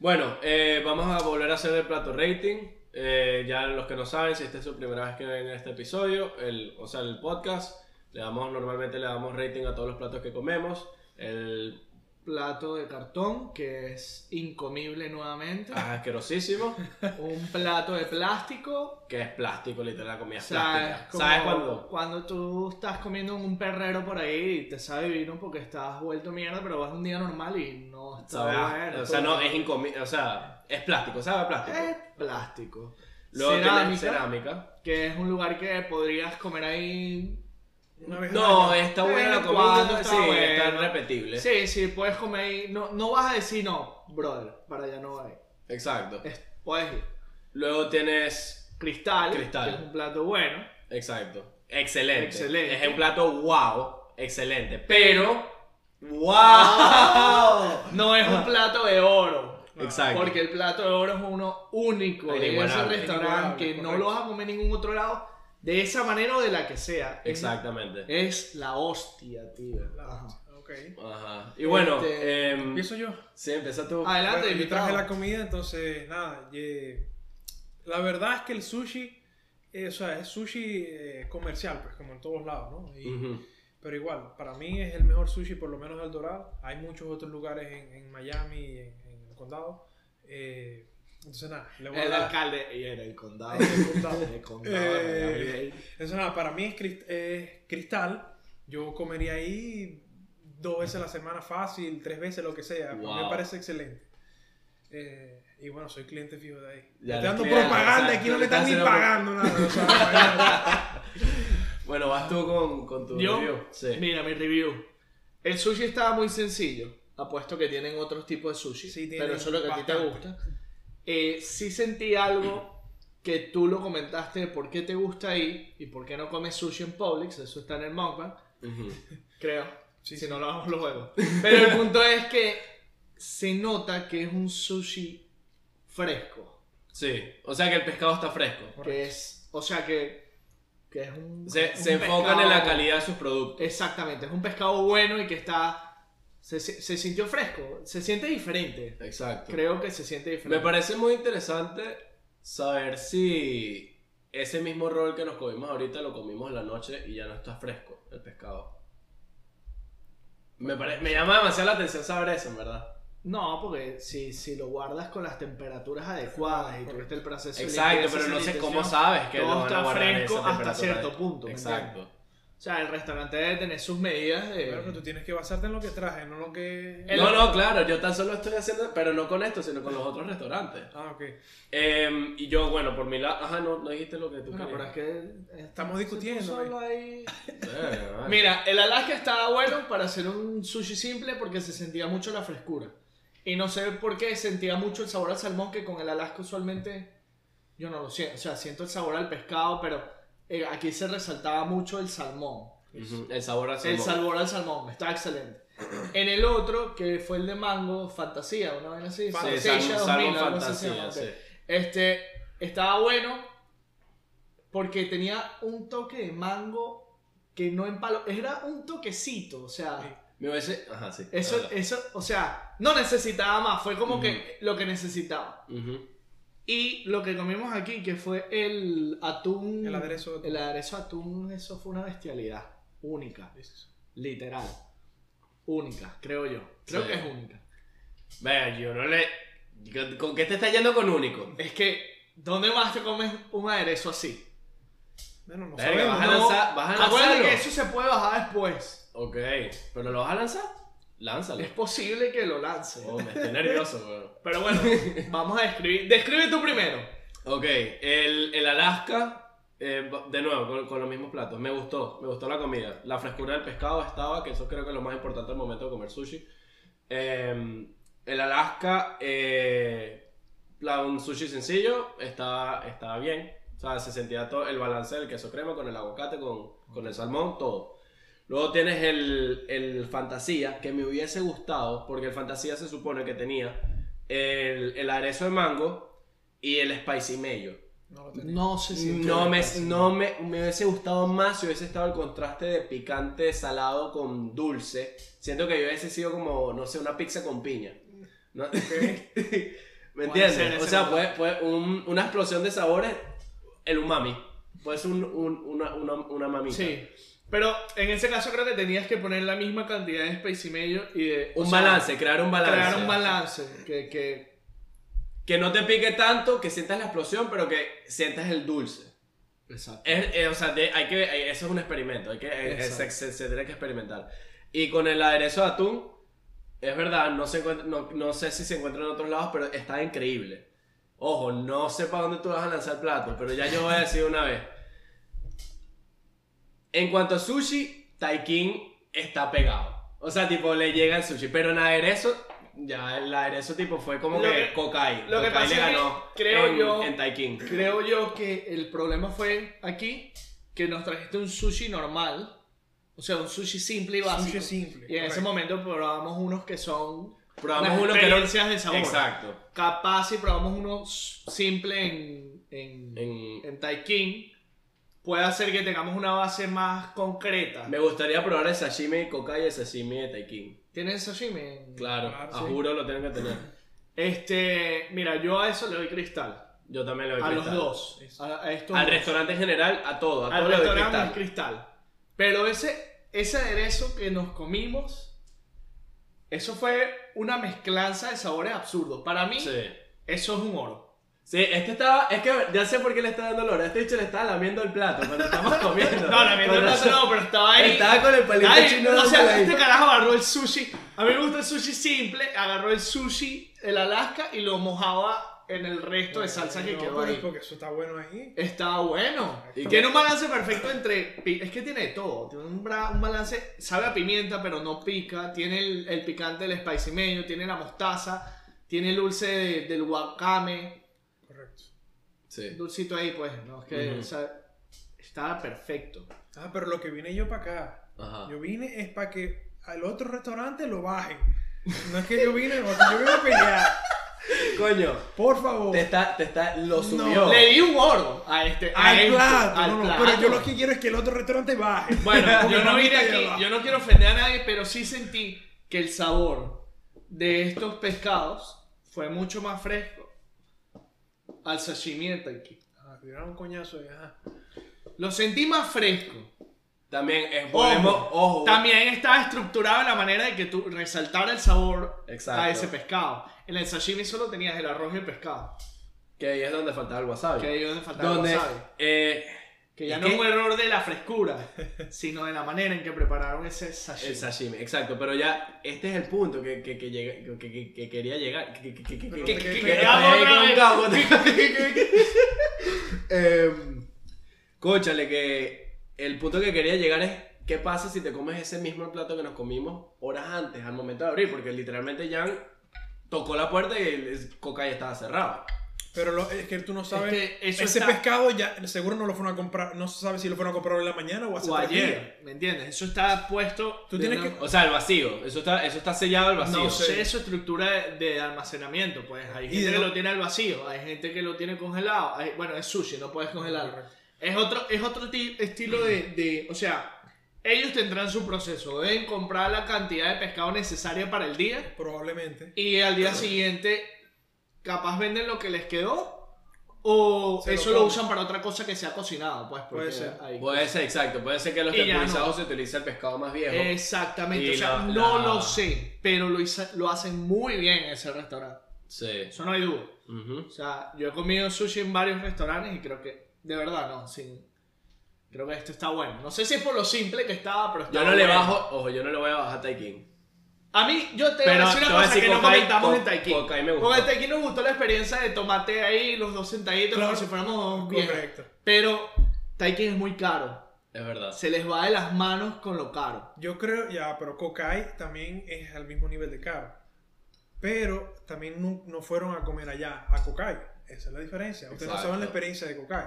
Bueno, eh, vamos a volver a hacer el plato rating. Eh, ya los que no saben, si esta es su primera vez que ven este episodio, el, o sea, el podcast, le damos, normalmente le damos rating a todos los platos que comemos. El Plato de cartón que es incomible nuevamente. ah, asquerosísimo, Un plato de plástico que es plástico, literal, la comida O es sea, es plástica. como ¿Sabes cuándo? Cuando tú estás comiendo un perrero por ahí y te sabe vino porque estás vuelto mierda, pero vas un día normal y no está Sabe a- bueno. o sea, no, todo. es incomible, o sea, es plástico, sabe a plástico. Es plástico. Luego cerámica, cerámica. cerámica. que es un lugar que podrías comer ahí. Una vez No, al año. está Pero buena la cuando comida, está sí, está bueno. repetible. Sí, sí, puedes comer ahí. No, no vas a decir no, brother, para allá no hay. Exacto. Es- puedes ir. Luego tienes Cristal, Cristal. que es un plato bueno. Exacto. Excelente. Excelente. Es un plato wow. Excelente. Pero. ¡Wow! *laughs* No es un plato de oro. Exacto. Porque el plato de oro es uno único de ese Inigualable. restaurante que Inigualable, no lo correcto. vas a comer en ningún otro lado, de esa manera o de la que sea. Es- Exactamente. Es la hostia, tío. La- Ajá. ok. Ajá. Y bueno, Este, em, Empiezo Ah, yo. sí, empieza tú. Adelante, Bueno, yo invitado. traje la comida, entonces nada. ye- La verdad es que el sushi, eh, o sea, es sushi eh, comercial, pues como en todos lados, ¿no? Y, Ujú. Pero igual, para mí es el mejor sushi, por lo menos del Dorado. Hay muchos otros lugares en, en Miami y en, en el condado. Eh, entonces, nada, le voy a El dar- alcalde y era el condado. *laughs* El condado. El condado, Eh, Gabriel. Entonces, nada, para mí es cris- eh, cristal. Yo comería ahí dos veces a la semana fácil, tres veces, lo que sea. Para mí Wow. Me parece excelente. Eh, y bueno, soy cliente fijo de ahí. Ya Ya te eres dando cliente, propaganda, exacto, aquí no le me están estás ni haciendo pro- pagando nada. o sea, *laughs* Bueno, vas tú con, con tu Yo, review. Sí. mira mi review. El sushi estaba muy sencillo. Apuesto que tienen otros tipos de sushi. Sí, tienen pero eso es lo que a ti te bastante. gusta. Eh, sí sentí algo que tú lo comentaste de por qué te gusta ahí y por qué no comes sushi en Publix. Eso está en el mukbang, Ujú. creo. Sí, si sí. no lo vamos los juegos. Pero el punto es que se nota que es un sushi fresco. Sí, o sea que el pescado está fresco. Que es, o sea que, que es un. Se, un se enfocan en la pescado- calidad de sus productos. Exactamente, es un pescado bueno y que está. Se, se- se sintió fresco, se siente diferente. Exacto. Creo que se siente Me diferente. parece muy interesante saber si ese mismo rol que nos comimos ahorita lo comimos en la noche y ya no está fresco el pescado. Me, pare- me llama demasiado la atención saber eso, en verdad. No, porque si, si lo guardas con las temperaturas adecuadas y tuviste el proceso. de Exacto, limpieza, pero no sé cómo sanitización, sabes que todo lo van a está guardar en fresco esa hasta temperatura. cierto punto, ¿me Exacto. O sea, el restaurante debe tener sus medidas de. Claro que tú tienes que basarte en lo que traje, no lo que. El- No, no, claro, yo tan solo estoy haciendo, pero no con esto, sino con los otros restaurantes. Ah, ok. Em, y yo, bueno, por mi lado, ajá, no, no dijiste lo que tú Bueno, pero es querías. que. Estamos discutiendo, se puso ¿eh? ahí. *laughs* Eh, vale. Mira, el Alaska estaba bueno para hacer un sushi simple porque se sentía mucho la frescura. Y no sé por qué sentía mucho el sabor al salmón que con el Alaska usualmente yo no lo siento. O sea, siento el sabor al pescado, pero eh, aquí se resaltaba mucho el salmón. Ujú, El sabor así. Pues, El sabor al salmón, está excelente. En el otro, que fue el de mango, fantasía, una vez así. Sí, Fantasía salmon, 2000, algo así se fantasía, llama, sí. ok. Este, estaba bueno porque tenía un toque de mango que no empaló. Era un toquecito, o sea, Me hubiese... Ajá, sí. eso, habla. eso, o sea, no necesitaba más, fue como que Ujú. lo que necesitaba. Ujú. Y lo que comimos aquí, que fue el atún. El aderezo de atún. El aderezo de atún, eso fue una bestialidad. Única, literal. Única, creo yo. Creo Sí. que es única. Vea, yo no le... ¿Con qué te estás yendo con único? Es que, ¿dónde más te comes un aderezo así? Bueno, no Verga, sabemos. vas a ¿no? lanzar... Vas a Acuérdate lanzarlo. Ah, que eso se puede bajar después. Ok, ¿pero lo vas a lanzar? *laughs* Lánzalo. Es posible que lo lance. Oh, me estoy nervioso, weón. Pero *laughs* bueno, vamos a describir. Describe tú primero. Ok, el, el Alaska, eh, de nuevo, con, con los mismos platos. Me gustó, me gustó la comida. La frescura del pescado estaba, que eso creo que es lo más importante al momento de comer sushi. Eh, el Alaska, eh, la- un sushi sencillo, estaba, estaba bien. O sea, se sentía todo el balance del queso crema con el aguacate, con, con el salmón, todo. Luego tienes el, el fantasía, que me hubiese gustado, porque el fantasía se supone que tenía el, el aderezo de mango y el spicy mayo. No lo tenía. No sé No, me, no me, me hubiese gustado más si hubiese estado el contraste de picante salado con dulce. Siento que yo hubiese sido como, no sé, una pizza con piña. ¿No? *laughs* ¿Me ser entiendes? ese O sea, puede, momento. puede un- una explosión de sabores, el umami. Puede ser un, un- una, una, una mamita. Sí. Pero en ese caso creo que tenías que poner la misma cantidad de space y medio y de. o Un sea, balance, crear un balance. Crear un balance. Que, que- Que no te pique tanto, que sientas la explosión, pero que sientas el dulce. Exacto. Es- es- o sea, de- hay que, hay- eso es un experimento, hay que, es- es- se, Exacto. se- se tiene que experimentar. Y con el aderezo de atún, es verdad, no, se encuentra- no, no sé si se encuentra en otros lados, pero está increíble. Ojo, no sé para dónde tú vas a lanzar platos, pero ya yo voy a decir una vez. En cuanto a sushi, Taikin está pegado. O sea, tipo, le llega el sushi, pero en aderezo, ya el aderezo tipo fue como Lo que, que- Kokai. lo que Kokai pasa le es que ganó creo en, yo- en Taikin. Creo yo que el problema fue aquí que nos trajiste un sushi normal. O sea, un sushi simple y básico. Sushi simple, Y en ese correcto. momento probamos unos que son. Probamos las uno que no- experiencias de sabor. Exacto. Capaz si probamos uno simple en, en, En- en Taikin, puede hacer que tengamos una base más concreta. Me gustaría probar el sashimi de coca y el sashimi de Taikin. ¿Tienes sashimi? en- Claro, Ah, Claro, a sí. juro lo tienen que tener. Este, mira, yo a eso le doy cristal. Yo también le doy a cristal. los dos. Eso. A, a estos Al dos. restaurante en general, a todo. A Al todo le doy restaurante es cristal. cristal. Pero ese, ese aderezo que nos comimos, eso fue una mezclanza de sabores absurdos. Para mí, Sí. eso es un oro. Sí, este estaba. Es que ya sé por qué le está dando olor. Este bicho le estaba lamiendo el plato cuando estamos *laughs* comiendo. No, la mierda Con no, razón. *laughs* no, pero estaba ahí. Estaba con el palito Ay, chino. o dándole sea, ahí. este carajo agarró el sushi. A mí me gusta el sushi simple. Agarró el sushi, el Alaska, y lo mojaba en el resto de salsa que No, quedó pero es ahí. Porque eso está bueno ahí. Estaba bueno. ¿Y tiene un balance perfecto entre. pi- Es que tiene de todo. Tiene un, bra- un balance. Sabe a pimienta, pero no pica. Tiene el, el picante del spicy mayo. Tiene la mostaza. Tiene el dulce de- del guacame. Correcto. Sí. Dulcito ahí, pues. No, es que. Ujú. o sea, estaba perfecto. Ah, pero lo que vine yo para acá. Ajá. Yo vine es para que al otro restaurante lo bajen. No es que yo vine, porque yo vine a pelear. Coño, Por favor. te está, te está, lo subió. Le di un oro a este. A Al esto, plato. al no, no, plato. Pero yo lo que quiero es que el otro restaurante baje. *laughs* Bueno, Porque yo no mami iré está ahí aquí, abajo. yo no quiero ofender a nadie, pero sí sentí que el sabor de estos pescados fue mucho más fresco al sashimi de Taiki. Ah, tiraron un coñazo y ajá. Lo sentí más fresco. También es Ojo, volvemos- ojo. También estaba estructurado en la manera de que tú resaltara el sabor Exacto. a ese pescado. En el sashimi solo tenías el arroz y el pescado. Que ahí es donde faltaba el wasabi. Que ahí es donde faltaba el donde, wasabi. eh, Que ya es no es un error de la *laughs* frescura, sino de la manera en que prepararon ese sashimi. El sashimi, exacto, pero ya este es el punto que, que, que, llega- que, que- que quería llegar. Que, que, que, que, Pero que- te que- quedaste que- pegado que- otra que- vez. cabo. *laughs* Em, cónchale, que el punto que quería llegar es qué pasa si te comes ese mismo plato que nos comimos horas antes, al momento de abrir, porque literalmente Jan tocó la puerta y el el coca ya estaba cerrado. Pero lo- es que tú no sabes. Es que eso ese está- pescado ya seguro no lo fueron a comprar. No se sabe si lo fueron a comprar hoy en la mañana o hace o tres días. ayer, ¿me entiendes? Eso está puesto. Tú de tienes una- que- O sea, el vacío, eso está, eso está sellado al vacío. No sí. sé su estructura de almacenamiento, pues hay Y gente de que lo- lo tiene al vacío, hay gente que lo tiene congelado, hay- bueno, es sushi, no puedes congelarlo. Es otro, es otro ti- estilo de, de- o sea, ellos tendrán su proceso, deben comprar la cantidad de pescado necesaria para el día Probablemente. y al día siguiente capaz venden lo que les quedó o Se lo eso lo, comen. usan para otra cosa que sea cocinado, pues. porque Puede ser. hay- Puede ser, exacto, puede ser que en los Y ya no. temporizados se utilice el pescado más viejo. Exactamente, Y o sea, la- no la- lo sé, pero lo, hiza- lo hacen muy bien en ese restaurante, Sí. eso no hay duda. Ujú. O sea, yo he comido sushi en varios restaurantes y creo que, de verdad, no, sin... Creo que esto está bueno. No sé si es por lo simple que estaba, pero está Yo no le bueno. bajo, ojo, yo no le voy a bajar a Taikin. A mí, yo te voy a Pero decir te una voy a cosa decir que no con Kai- comentamos con- en Taikí. con Kai me gustó. Con el Taikí nos gustó la experiencia de tomate ahí, los dos sentaditos, Claro. como si fuéramos bien. Correcto. Pero Taikí es muy caro. Es verdad. Se les va de las manos con lo caro. Yo creo, ya, pero Kokai también es al mismo nivel de caro. Pero también nu- no, fueron a comer allá, a Kokai. Esa es la diferencia. Ustedes no Exacto. saben la experiencia de Kokai.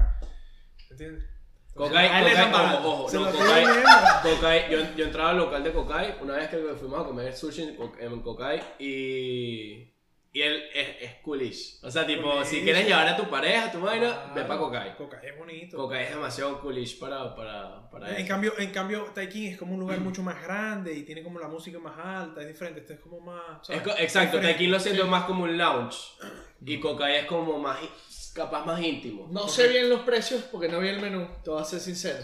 ¿Entiendes? Kokai, a él le Kokai, están ojo, ojo, Se no, la Kokai, estoy viendo. Kokai, yo, yo entraba al local de Kokai, una vez que fuimos a comer sushi en Ko- en Kokai y... Y él es, es coolish. O sea, tipo, si Coolish. quieres llevar a tu pareja, a tu vaina, Ah. ve para Claro, Kokai. Kokai es bonito. Kokai es demasiado coolish para, para, para En eso. cambio, en cambio, Taikin es como un lugar mucho más grande y tiene como la música más alta, es diferente, este es como más... Es ¿sabes? co- exacto, Diferente. Taikin lo siento más como un lounge y Kokai es como más, í- capaz más íntimo. Mm. No sé bien los precios porque no vi el menú, te voy a ser sincero.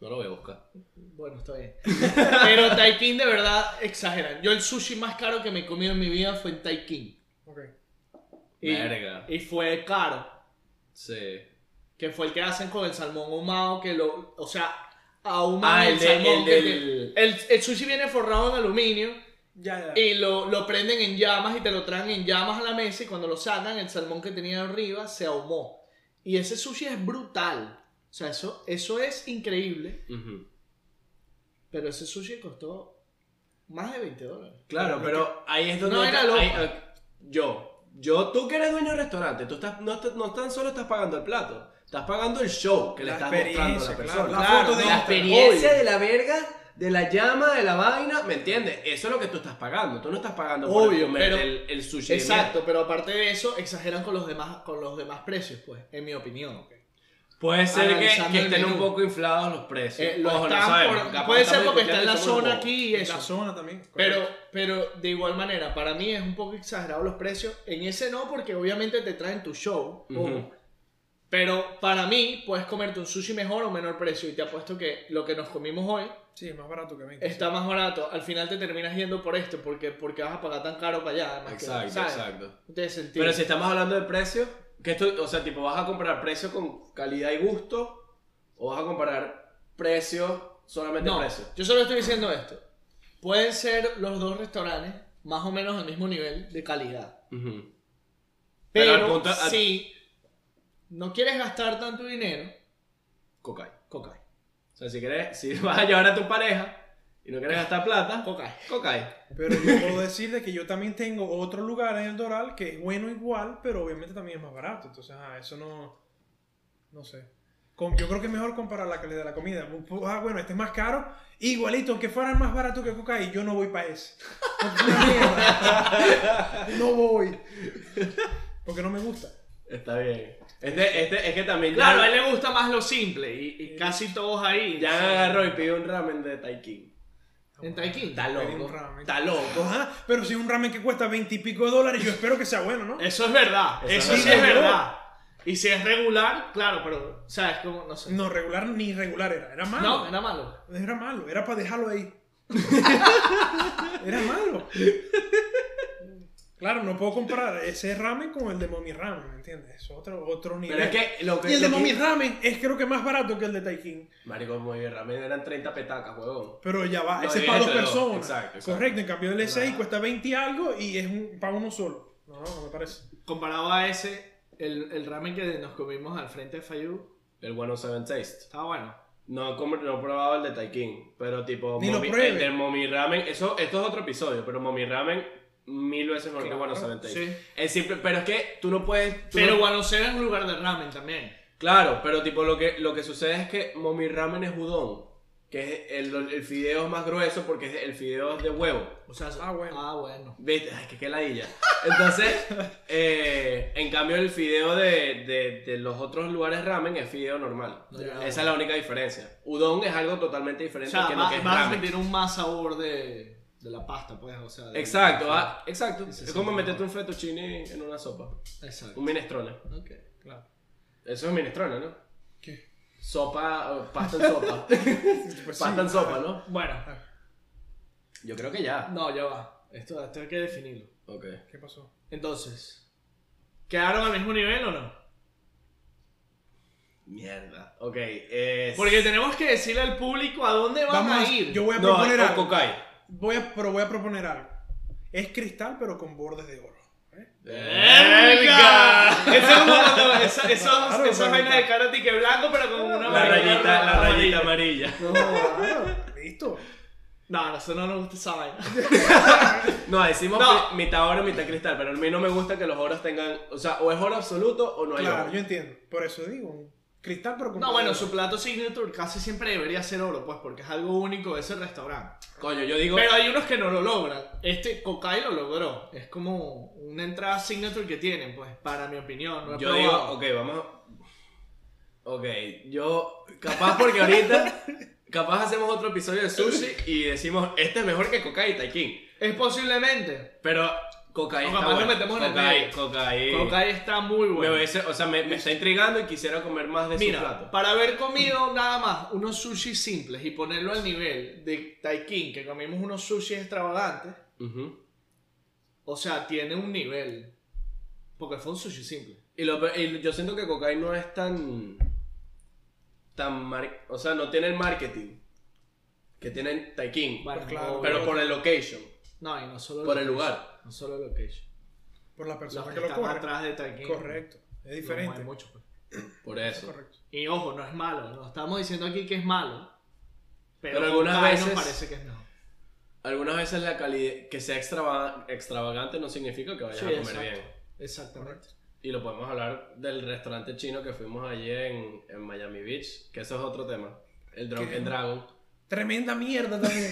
No lo voy a buscar. Bueno, está *laughs* bien. Pero Taikin de verdad exageran. Yo el sushi más caro que me he comido en mi vida fue en Taikin. Ok. Y, Verga. y fue caro. Sí. Que fue el que hacen con el salmón ahumado, que lo. O sea, ahumado Ah, el, el, de- salmón. el que del... te- el- el sushi viene forrado en aluminio Ya, ya. y lo, lo prenden en llamas y te lo traen en llamas a la mesa y cuando lo sacan el salmón que tenía arriba se ahumó. Y ese sushi es brutal. O sea, eso, eso es increíble. Ujú. Pero ese sushi costó más de 20 dólares. Claro, pero ahí es donde. No, era loco. ahí- ah, yo, yo, tú que eres dueño del restaurante, tú estás, no, estás- no tan solo estás pagando el plato, estás pagando el show que le La estás mostrando a la experiencia, persona. claro, la Claro, foto de La Instagram. experiencia obvio. de la verga, de la llama, de la vaina, ¿me entiendes? Eso es lo que tú estás pagando. Tú no estás pagando por Obvio, comer pero- el, el sushi. de mierda. Exacto, pero aparte de eso, exageran con los demás, con los demás precios, pues, en mi opinión. Puede ser que, Analizando que el estén un menú. poco inflados los precios. Eh, lo Ojo, no están sabemos, por- capaz puede ser estamos porque está en la escuchando y somos zona bobos. aquí y En eso. la zona también. Pero, pero de igual manera, para mí es un poco exagerado los precios. En ese no, porque obviamente te traen tu show. Ujú. ojo. Pero para mí, puedes comerte un sushi mejor o menor precio. Y te apuesto que lo que nos comimos hoy Sí, es más barato que 20. está más barato. Al final te terminas yendo por esto, porque, porque vas a pagar tan caro para allá. además que, Exacto, ¿sabes? exacto. No tiene sentido. Pero si estamos hablando de precio, que esto, o sea, tipo, vas a comparar precio con calidad y gusto, o vas a comparar precio solamente no, precio. yo solo estoy diciendo esto. Pueden ser los dos restaurantes más o menos al mismo nivel de calidad. Ujú. Pero Pero, al punto- al- si no quieres gastar tanto dinero, Cocay. coca. O sea, si quieres, si *laughs* vas a llevar a tu pareja y no quieres *laughs* gastar plata, Coca. cocay. Pero yo puedo decir de que yo también tengo otro lugar en el Doral que es bueno igual, pero obviamente también es más barato. Entonces, ah, eso no... No sé. Con, yo creo que es mejor comparar la calidad de la comida. Ah, bueno, este es más caro. Igualito, que fuera más barato que coca y yo no voy para ese. *laughs* Porque es una mierda. no voy. Porque no me gusta. Está bien. Este, este, es que también Claro, a ya, Eh, él le gusta más lo simple y, y casi todos ahí. ya agarró y pidió un ramen de Taikin. En Taikin. Está Pedí loco. un ramen. Está loco. Ajá, pero si es un ramen que cuesta veintipico de dólares, yo espero que sea bueno, Eh. ¿no? Eso es verdad. Eso Eso, es sí es verdad. verdad. Y si es regular, claro, pero, o sea, es como, no sé. No regular ni regular era, era malo. No, era malo. Era malo, era para dejarlo ahí. era malo. Claro, no puedo comparar ese ramen con el de Mommy Ramen, ¿me entiendes? Es otro, otro nivel. Pero es que lo que. y el de lo Mommy que- Ramen es creo que más barato que el de Taikin. Marico, muy bien, ramen eran 30 petacas, huevón. Pero ya va, Lo ese es para dos divides entre dos, personas. exacto, exacto. Correcto, en cambio el de 6 Ajá. cuesta 20 y algo y es un, para uno solo. No, no me parece. Comparado a ese, el, el ramen que nos comimos al frente de Fayú, El 107 Taste. estaba bueno. No, he comido- no he probado el de Taikin, pero tipo. Ni lo Momi- pruebe. el del Momi Ramen. Eso, esto es otro episodio, pero Momi Ramen mil veces mejor que Claro, 107 Taste. sí. Es simple, pero es que tú no puedes. tú Pero no- Guanocera es un lugar de ramen también. Claro, pero tipo lo que, lo que sucede es que Momi Ramen es udon, que es el, el fideo es más grueso porque es el fideo es de huevo. O sea, Ah, bueno. Ah, bueno. ¿Viste? Ay, que qué ladilla. *laughs* Entonces, eh, en cambio el fideo de, de- de los otros lugares ramen es fideo normal. No, ya. Esa es la única diferencia. Udon es algo totalmente O diferente sea, que va- lo que es vas a ramen. sentir un más sabor de, de la pasta, pues, o sea. de- Exacto, ah, exacto. Sí, Es sí, como sí. meterte un fettuccine en una sopa. Exacto. Un minestrone. Ok. Claro. Eso es minestrone, ¿no? ¿Qué? Sopa, o pasta en *laughs* sopa. Pues sí, pasta en sopa, ¿no? Bueno, Yo creo que ya. no, ya va. Esto esto hay que definirlo. Ok. ¿Qué pasó? Entonces, ¿quedaron al mismo nivel o no? Mierda. Ok. Es... Porque tenemos que decirle al público a dónde van Vamos a ir. Yo voy a no, proponer es algo. Kokai. Voy a, pero voy a proponer algo. Es cristal, pero con bordes *laughs* de oro. ¿eh? ¡Verga! Eso es como cuando esa- esos- Claro, esas vainas marica. de karate que blanco, pero con una La varita rayita, la amarilla. rayita amarilla. No, claro, listo. No, a nosotros no nos gusta esa vaina. No, decimos No. mi- mitad oro, mitad cristal, pero a mí no me gusta que los oros tengan, o sea, o es oro absoluto o no hay Claro, oro. yo entiendo. Por eso digo, un cristal, pero con No, bordes bueno, de su oro. plato signature casi siempre debería ser oro, pues, porque es algo único de ese restaurante. Coño, yo digo, Pero hay unos que no lo logran. Este Kokai lo logró. Es como una entrada signature que tienen, pues, para mi opinión. No he yo digo, probado. ok, vamos. a- Ok, yo capaz porque ahorita capaz hacemos otro episodio de sushi y decimos, este es mejor que Kokai y Taikin, Es posiblemente. pero Kokai O está capaz lo bueno. metemos en el Kokai- medio. Kokai- Kokai está muy Me bueno. hubiese- o sea, me, me está intrigando y quisiera comer más de su Mira, plato. para haber comido nada más unos sushi simples y ponerlo al nivel de Taikin, que comimos unos sushi extravagantes, Ujú. o sea, tiene un nivel. Porque fue un sushi simple. y, lo pe- y yo siento que Kokai no es tan. tan mar- O sea, no tiene el marketing que tiene Taikin. Bueno, claro, obvio. Pues pero por el location, No, y no solo por el location, lugar. No solo location. Por la persona Los que que lo están corre. atrás de Taikin. Correcto. Es los mueven diferente. mucho, pues. Por eso. Correcto. Y ojo, no es malo. No estamos diciendo aquí que es malo. Pero, Pero algunas Kokai nos veces- parece que es no. Algunas veces la calidad. que sea extrava- extravagante no significa que vayas Sí, a comer exacto. bien. Exactamente. Y lo podemos hablar del restaurante chino que fuimos ayer en, en Miami Beach, que eso es otro tema. El ¿Qué? Drunken Dragon. Tremenda *laughs* mierda también.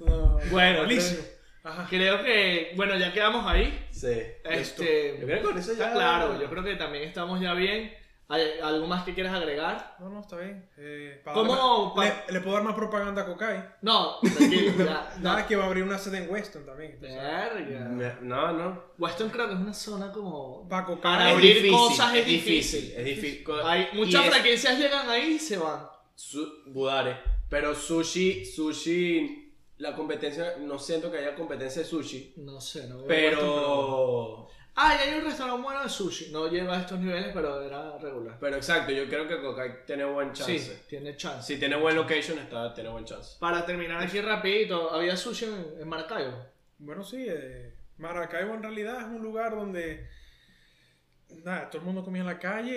No, Bueno, malísimo. Ajá. Creo que, bueno, ya quedamos ahí. Sí. Este, Yo creo que con eso ya. Está claro, yo creo que también estamos ya bien. ¿Hay ¿Algo más que quieras agregar? No, no, está bien. Eh, para ¿Cómo? darle- pa- le, le puedo dar más propaganda a Kokai. No, tranquilo, ya, Nada, no. que va a abrir una sede en Weston también. entonces. Verga. Me- No, no. Weston creo que es una zona como... Para Kokai. Para Es abrir difícil, cosas es difícil. Es difícil. Hay, Y muchas es franquicias llegan ahí y se van. su- Budare. Pero sushi, sushi, la competencia, no siento que haya competencia de sushi. No sé, no veo Weston, Pero, Ah, y hay un restaurante bueno de sushi. No lleva a estos niveles, pero era regular. pero exacto, yo creo que Kokai tiene buen chance. Sí, tiene chance. Si tiene buen location, está, tiene buen chance. Para terminar aquí rapidito, ¿había sushi en, en Maracaibo? Bueno, sí, eh, Maracaibo en realidad es un lugar donde nada, todo el mundo comía en la calle,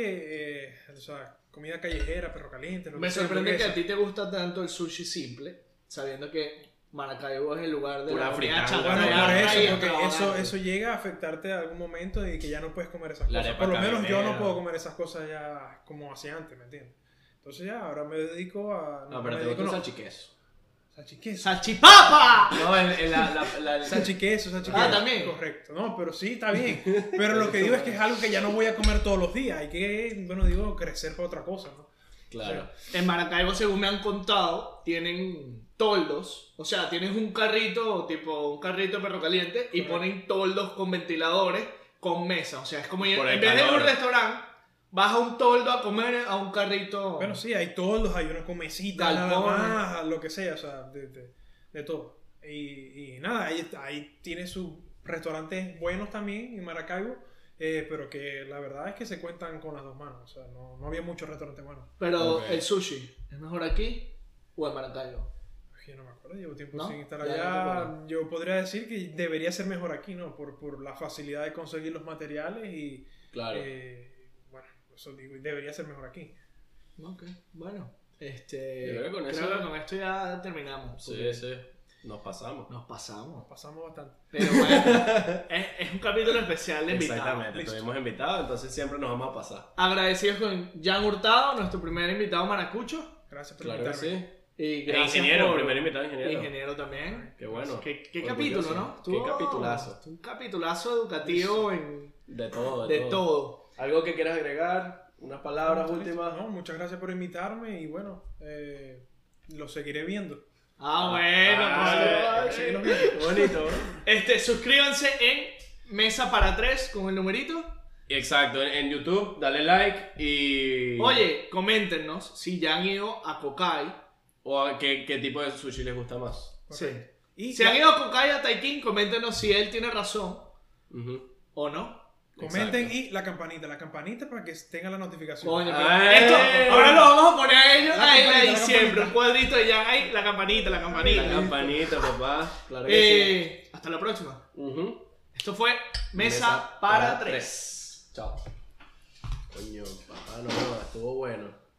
eh, o sea, comida callejera, perro caliente. lo Me que sea, sorprende que a hamburguesa. ti te gusta tanto el sushi simple, sabiendo que Maracaibo es el lugar de Pura la comida fritanga. Bueno, Pero por chatarra eso, y porque eso, extravagante. eso llega a afectarte a algún momento y que ya no puedes comer esas La cosas. arepa Por lo menos yo no camionera. puedo comer esas cosas ya como hacía antes, ¿me entiendes? Entonces ya, ahora me dedico a... No, pero me te gusta dedico, el no. salchiqueso. Salchiqueso. ¡Salchipapa! No, el, el- la, la, la- el- Salchiqueso, salchiqueso. Ah, también. Correcto. No, pero sí, *laughs* está bien. Pero lo que digo es que es algo que ya no voy a comer todos los días. Hay que, bueno, digo, crecer para otra cosa, ¿no? Claro. En Maracaibo, según me han contado, tienen toldos. O sea, tienes un carrito, tipo un carrito de perro caliente, y Correcto. ponen toldos con ventiladores, con mesa. O sea, es como ir- Por el en vez de calor. un restaurante, vas a un toldo a comer a un carrito. Bueno, sí, hay todos los ayunos con mesitas, nada Galpones. más, lo que sea, o sea, de, de- de todo. Y, y nada, ahí, ahí tiene sus restaurantes buenos también en Maracaibo, eh, pero que la verdad es que se cuentan con las dos manos, o sea, no, no había muchos restaurantes buenos. Pero Ok. el sushi, ¿es mejor aquí o en Maracaibo? Yo no me acuerdo, llevo tiempo ¿No? sin estar Ya, ya te allá. acuerdas. Yo podría decir que debería ser mejor aquí, ¿no? Por, por la facilidad de conseguir los materiales y, Claro. eh, bueno, eso digo, debería ser mejor aquí. Ok, bueno. Este, Yo creo que con eso- que con esto ya terminamos. Sí, porque sí. Nos pasamos. Nos pasamos. Pasamos bastante. Pero bueno, *laughs* es, es un capítulo especial de invitados. Exactamente, Listo. tuvimos invitados, entonces siempre nos vamos a pasar. Agradecidos con Jan Hurtado, nuestro primer invitado maracucho. Gracias por Claro que invitarme. sí. Y El gracias ingeniero, por- primer invitado ingeniero. Ingeniero también. Qué bueno. Qué, qué Orgulloso. capítulo, ¿no? Qué capitulazo. Un capitulazo educativo en, De todo, de, de todo. ¿Algo que quieras agregar? Unas palabras No, últimas. No, muchas gracias por invitarme y bueno, eh, lo seguiré viendo. Ah, bueno. Ah, pues, sí, ay. no. Bonito. Este, suscríbanse en Mesa para Tres con el numerito. Exacto, en, en YouTube, dale like y. Oye, coméntenos si ya han ido a Kokai. O a qué, qué tipo de sushi les gusta más. Sí. Y Si han ido a Kokai a Taikin, coméntenos si él tiene razón Ujú. o no. comenten Exacto. y la campanita, la campanita para que tengan la notificación. Coño, pero ¡Ay! esto, ahora lo vamos a poner a ellos La ahí, campanita, ahí la siempre. campanita. Un cuadrito de Jan ahí, la campanita, la campanita. La campanita, papá. Claro que sí. Eh, Hasta la próxima. Ujú. Esto fue Mesa, Mesa para para tres. Chao. Coño, papá, no, no, estuvo bueno.